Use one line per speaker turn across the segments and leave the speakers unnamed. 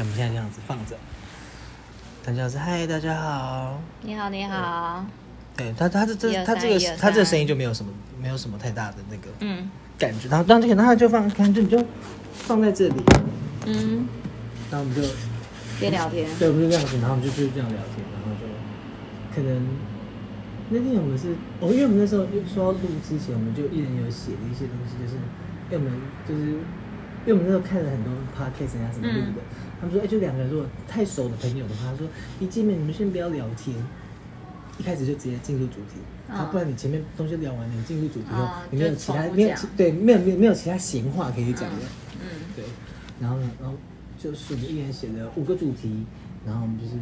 我们现在这样子放着，大家是嗨，大家好。
你好，你好，
对他，他这
一
这
二
他
三
这个
一二
他这个
三
声音就没有什么没有什么太大的那个
嗯
感觉，然后然后这个然后就放，看就你就放在这里，
嗯，
然后我们就
边聊天，
对，我们就这样子，然后我们就就这样聊天，然后就可能那天我们是，哦，因为我们那时候就说录之前，我们就一人有写了一些东西，就是因为我们就是因为我们那时候看了很多
嗯
podcast 人家怎么录的，他们说，哎、就两个人如果太熟的朋友的话，他说一见面你们先不要聊天。一开始就直接进入主题，
嗯
啊，不然你前面东西聊完了，你进入主题后，
啊
你没有
就
其他
重复
没有
讲
其对没有没有没有其他闲话可以讲了。
嗯
对，然后呢，然后就是我们一人写了五个主题，然后我们就是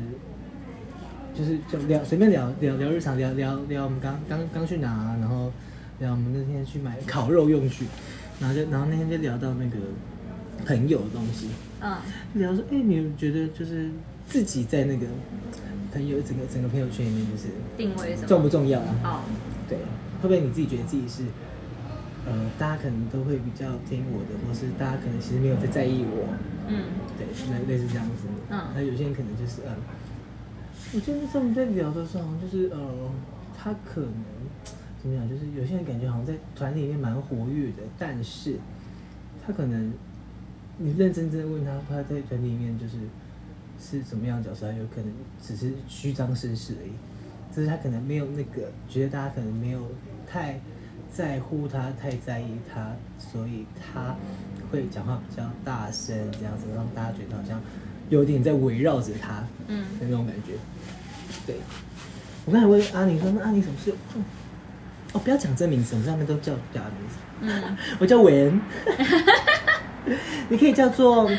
就是就聊随便聊聊聊日常，聊聊聊我们刚刚刚去哪，啊然后聊我们那天去买烤肉用具，然后就然后那天就聊到那个朋友的东西，
嗯
聊说哎、诶你觉得就是自己在那个朋友整个整个朋友圈里面就是
定位什么？
重不重要啊？
哦，
对，会不会你自己觉得自己是，呃，大家可能都会比较听我的，或是大家可能其实没有在在意我，
嗯
对，类类似这样子。
嗯
那有些人可能就是嗯，我记得那时候我们在聊的时候，好像就是呃，他可能怎么讲，就是有些人感觉好像在团里面蛮活跃的，但是他可能你认真真的问他，他在团里面就是是怎么样的角色，他有可能只是虚张声势而已，就是他可能没有那个，觉得大家可能没有太。在乎他，太在意他，所以他会讲话比较大声，这样子让大家觉得好像有点在围绕着他的
嗯，
那种感觉。对，我刚才问阿宁说：“那阿宁什么事？”嗯哦，不要讲真名字，我们他们都叫假名字。
嗯，
我叫韦恩，你可以叫做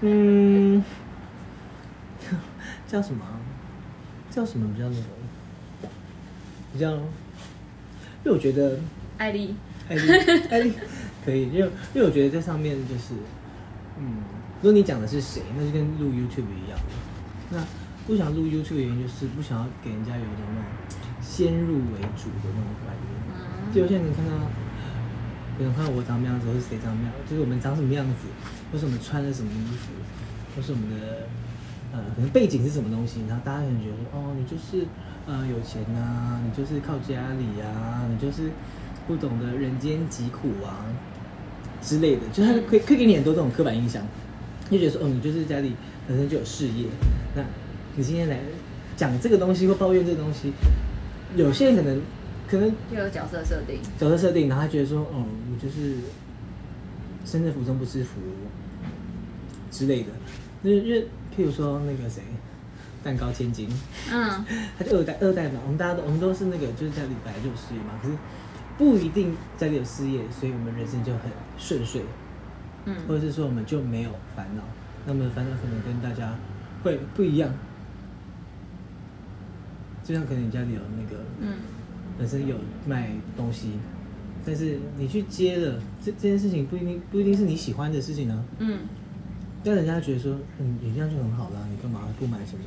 嗯， 叫什么啊？叫什么比较那个？比较，因为我觉得
艾丽，
艾丽，艾丽可以，因为因为我觉得这上面就是，嗯，如果你讲的是谁，那就跟录 YouTube 一样。那不想录 YouTube 的原因就是不想要给人家有一种那种先入为主的那种观念。就
嗯
有些人看到，有人看到我长什么样子，或是谁长什么样，就是我们长什么样子，或是我们穿了什么衣服，或是我们的呃可能背景是什么东西，然后大家可能觉得说，哦，你就是呃有钱啊，你就是靠家里啊，你就是不懂得人间疾苦啊之类的，就是他可以可以给你很多这种刻板印象，就觉得说，哦，你就是家里本身就有事业，那你今天来讲这个东西或抱怨这个东西，有些人可能可能
就有角色设定，
角色设定，然后他觉得说，哦，你就是身在福中不知福之类的。就是因为譬如说那个谁，蛋糕千金，
嗯
他就二代二代嘛，我们大家都我们都是那个就是家里本来就有事业嘛，可是不一定家里有事业，所以我们人生就很顺遂，或
嗯
者是说我们就没有烦恼。那么烦恼可能跟大家会不一样，就像可能你家里有那个
嗯
本身有卖东西，但是你去接了这这件事情，不一定不一定是你喜欢的事情啊。
嗯
但人家觉得说，嗯，你这样就很好啦，你干嘛不买什么？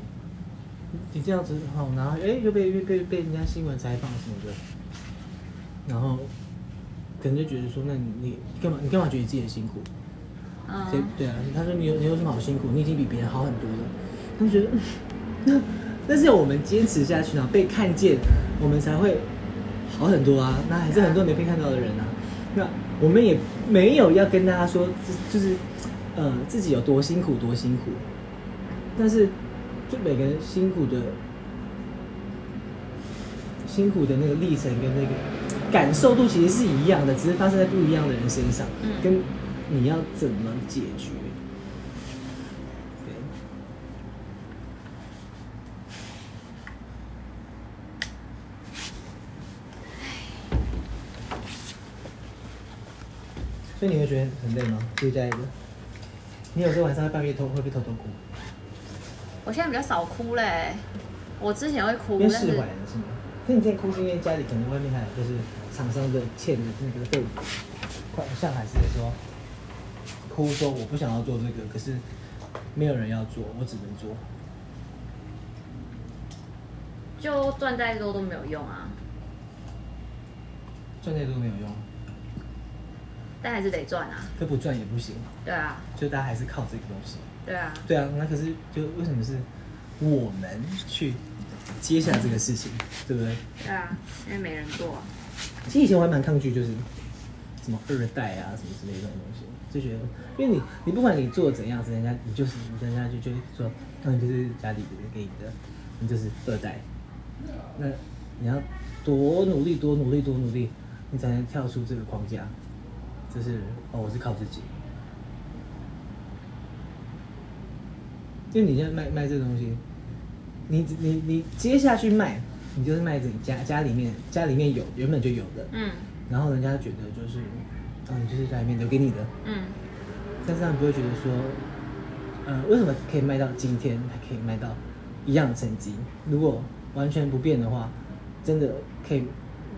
你这样子好，然后哎、又被被被被人家新闻采访什么的，然后可能就觉得说，那你你干嘛你干嘛觉得自己很辛苦？对
嗯，
对啊，他说你有你有什么好辛苦？你已经比别人好很多了。他们觉得，嗯但是我们坚持下去呢，被看见，我们才会好很多啊。那还是很多没被看到的人啊。那我们也没有要跟大家说，就就是呃自己有多辛苦多辛苦，但是就每个人辛苦的辛苦的那个历程跟那个感受度其实是一样的，只是发生在不一样的人身上，
嗯
跟你要怎么解决。对所以你会觉得很累吗？就这样一个，你有时候晚上在半夜偷会不会偷偷哭？
我现在比较少哭嘞，我之前会哭
因，为
但
释
是
怀了是吗？那你现在哭是因为家里可能外面还有就是厂商的欠的那个费用，像孩子也说，哭说我不想要做这个，可是没有人要做，我只能做。
就赚再多都没有用啊，
赚再多没有用，
但还是得赚啊，
可不赚也不行，
对啊，
就大家还是靠这个东西。
对啊，
对啊，那可是就为什么是我们去接下这个事情，对不对？
对啊，因为没人做啊。
其实以前我还蛮抗拒，就是什么二代啊，什么之类的这种东西，就觉得，因为你你不管你做怎样子，人家你就是人家就就会说，那你嗯就是家里人给你的，你就是二代，那你要多努力，多努力，多努力，你才能跳出这个框架，就是哦，我是靠自己。因为你现在卖卖这个东西，你你你接下去卖，你就是卖自己家家里面家里面有原本就有的，
嗯
然后人家觉得就是，啊，你就是家里面留给你的，
嗯，
但是他们不会觉得说，呃，为什么可以卖到今天，还可以卖到一样的成绩？如果完全不变的话，真的可以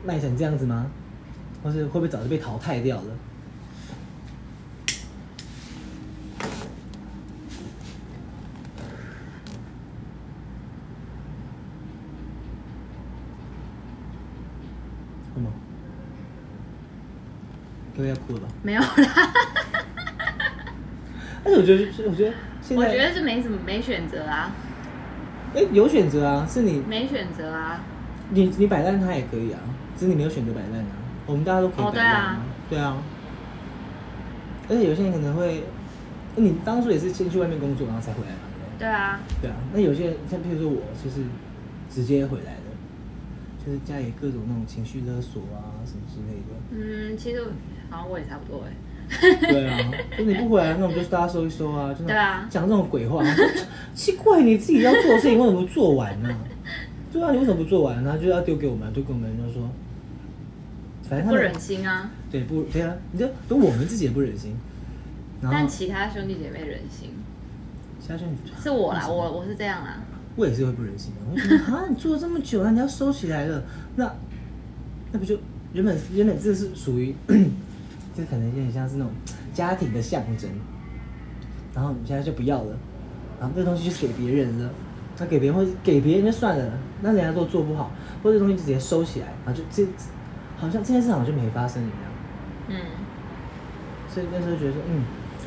卖成这样子吗？或是会不会早就被淘汰掉了？会吗？各位要哭了吧？
没有啦。
但是我觉得，就是我觉得现在，
我觉得这没什么，没选择啊，
哎、有选择啊，是你
没选择啊。
你你摆烂他也可以啊，只是你没有选择摆烂啊。我们大家都可以
哦
摆烂啊，对啊。而且有些人可能会，你当初也是先去外面工作，然后才回来嘛，对不对
对啊，
对啊，那有些人像譬如说我，就是直接回来的，就是家里各种那种情绪勒索啊什么之类的。
嗯，其实好像我也差不多哎、
对啊，就你不回来，那我们就大家收一收啊，就是
对啊
讲这种鬼话，奇怪，你自己要做的事情为什么不做完呢、对啊，你为什么不做完？然后就要丢给我们，丢给我们就说，反正他
不
们
忍心啊。
对不对啊？你就等我们自己也不忍心，然
但
后
其他兄弟姐妹忍心
下去
是我啦，我我是这样啦。
我也是会不忍心的，我会觉得啊，你做了这么久，那你要收起来了，那那不就原本原本这是属于， 这可能有点像是那种家庭的象征，然后你现在就不要了，然后这东西就是给别人了，那给别人或者给别人就算了，那人家都做不好，或者东西就直接收起来，然后就这好像这件事好像就没发生一样。
嗯，
所以那时候觉得说，嗯，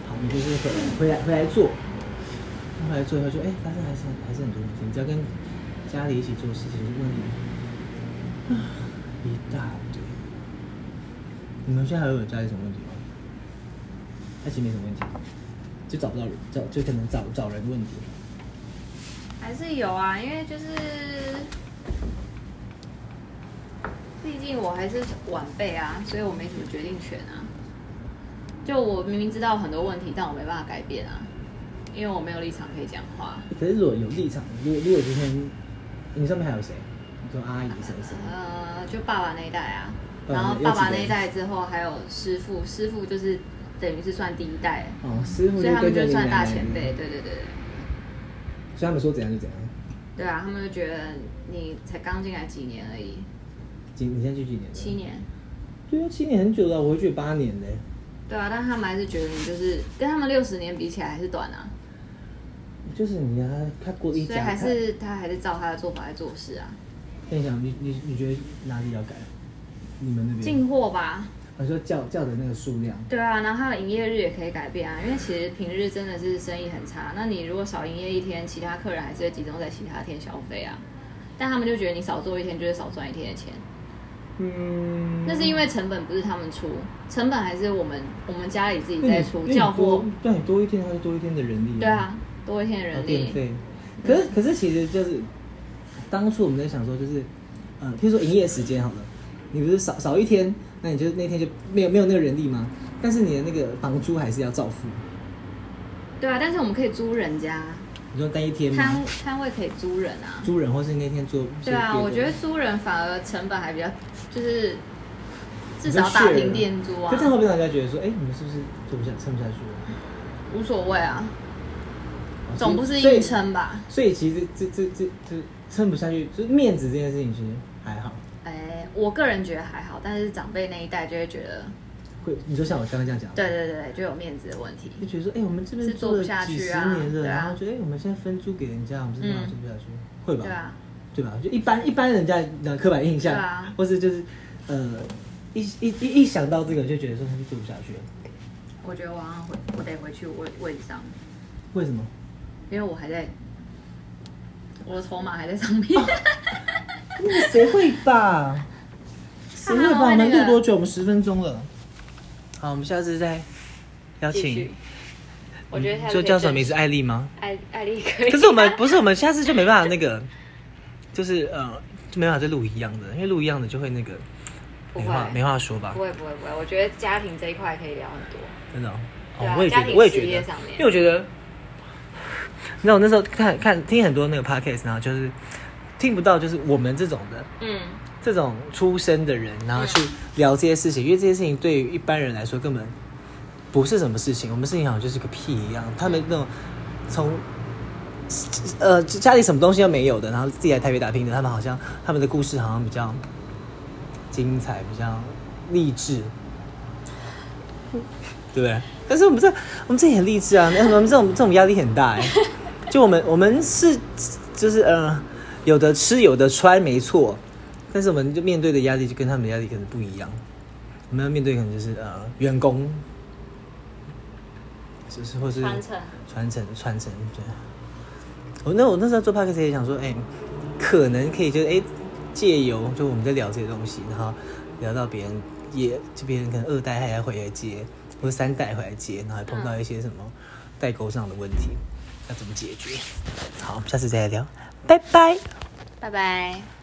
好，你就是回回来回来做，回来做以后就哎、发现还是还是很多问题，你只要跟家里一起做事情，问题啊一大堆。你们现在还有家里什么问题吗？那其实没什么问题，就找不到人，找就可能找找人问题。
还是有啊，因为就是，毕竟我还是晚辈啊，所以我没什么决定权啊。就我明明知道很多问题，但我没办法改变啊，因为我没有立场可以讲话。
可是如果有立场，如果如果今天你上面还有谁？你说阿姨谁谁？
呃，就爸爸那一代啊，
嗯
然后爸爸
有几个
那一代之后还有师傅，师傅就是等于是算第一代，
哦，师傅
所
就
以他
跟
们
着
就
你
算大
奶奶
前
那
辈，
边
对对对对，
所以他们说怎样就怎样。
对啊，他们就觉得你才刚进来几年而已，
几你现在去几年了？
七年，
对啊，七年很久了，我会觉得八年嘞。
对啊，但他们还是觉得你就是跟他们六十年比起来还是短啊，
就是你啊，他过一
所以
家，
还是他还是照他的做法在做事啊，
他跟你讲，你你你觉得哪里要改？你们那边？
进货吧，
我说叫叫的那个数量，
对啊，然后还有营业日也可以改变啊，因为其实平日真的是生意很差，那你如果少营业一天，其他客人还是会集中在其他天消费啊。但他们就觉得你少做一天就是少赚一天的钱，
嗯，
那是因为成本不是他们出，成本还是我们我们家里自己
因为
在
你
出
因为你
叫
多
货，
对，多一天还是多一天的人力、
对，啊，多一天的
还有
人
电
力，
费。可是可是其实就是，当初我们在想说就是，呃，譬如说营业时间好了，你不是少少一天，那你就那天就没有没有那个人力吗？但是你的那个房租还是要照付，
对啊，但是我们可以租人家
你说单一天
摊
吗？
摊位可以租人啊，
租人或是那天做
对啊，
做别的
我觉得租人反而成本还比较，就是至
你就
少打
share
平店租啊
可，这样会不会让人家觉得说，哎、你们是不是做不下、撑不下去了？
无所谓啊，
哦
总不是
所以
硬撑吧？
所以其实这这这这撑不下去，就是面子这件事情其实还好。
哎，我个人觉得还好，但是长辈那一代就会觉得，
会，你就像我刚刚这样讲，
对，对对，就有面子的问题。
就觉得说，哎、我们这边
是
做
做不
了
下
几
去
十
啊
年了，
对啊
然后觉得，哎、我们现在分租给人家，我们真的
嗯
做不下去，会吧？
对啊，
对吧？就一般一般人家的刻板印象，
对啊
或是就是呃，一一一一想到这个就觉得说他就做不下去了。
我觉得我好像回，我得回去位位置上。
为什么？
因为我还在，我的筹码还在上面。
那个谁会吧？谁会吧？我
他们会那
们
个
录多久？我们十分钟了。好，我们下次再 邀
继
哦请
续。。我觉得下次
就
可以
叫什么
正
名字？艾丽吗？
艾艾丽可以。
可是我们不是我们下次就没办法那个，就是呃，就没办法再录一样的，因为录一样的就会那个
不
没
会
话没话说吧
不，会不会不会，我觉得家庭这一块可以聊很多。
真的哦。
对啊
哦，我也觉
家
得，
庭
我也
事
觉
业
得
上，面
因为我觉得， 你知道我那时候看看听很多那个 podcast，然后就是听不到，就是我们这种的
嗯，
这种出身的人，然后去
嗯
聊这些事情，因为这些事情对于一般人来说根本不是什么事情，我们事情好像就是个屁一样。他们那种从呃家里什么东西都没有的，然后自己来台北打拼的，他们好像他们的故事好像比较精彩，比较励志，对不对？但是我们这我们这也很励志啊，那我们这种这种压力很大哎、就我们我们是就是呃有的吃有的穿没错，但是我们就面对的压力就跟他们的压力可能不一样，我们要面对可能就是呃员工，就是或是
传承。
传承传承，对。啊我那我那时候做 p o d c a s 也想说，哎、可能可以就是哎、借由就我们在聊这些东西，然后聊到别人也就别人可能二代还回来接，或者三代回来接，然后还碰到一些什么代沟上的问题，要怎么解决？好，我们下次再来聊，拜拜。
拜拜。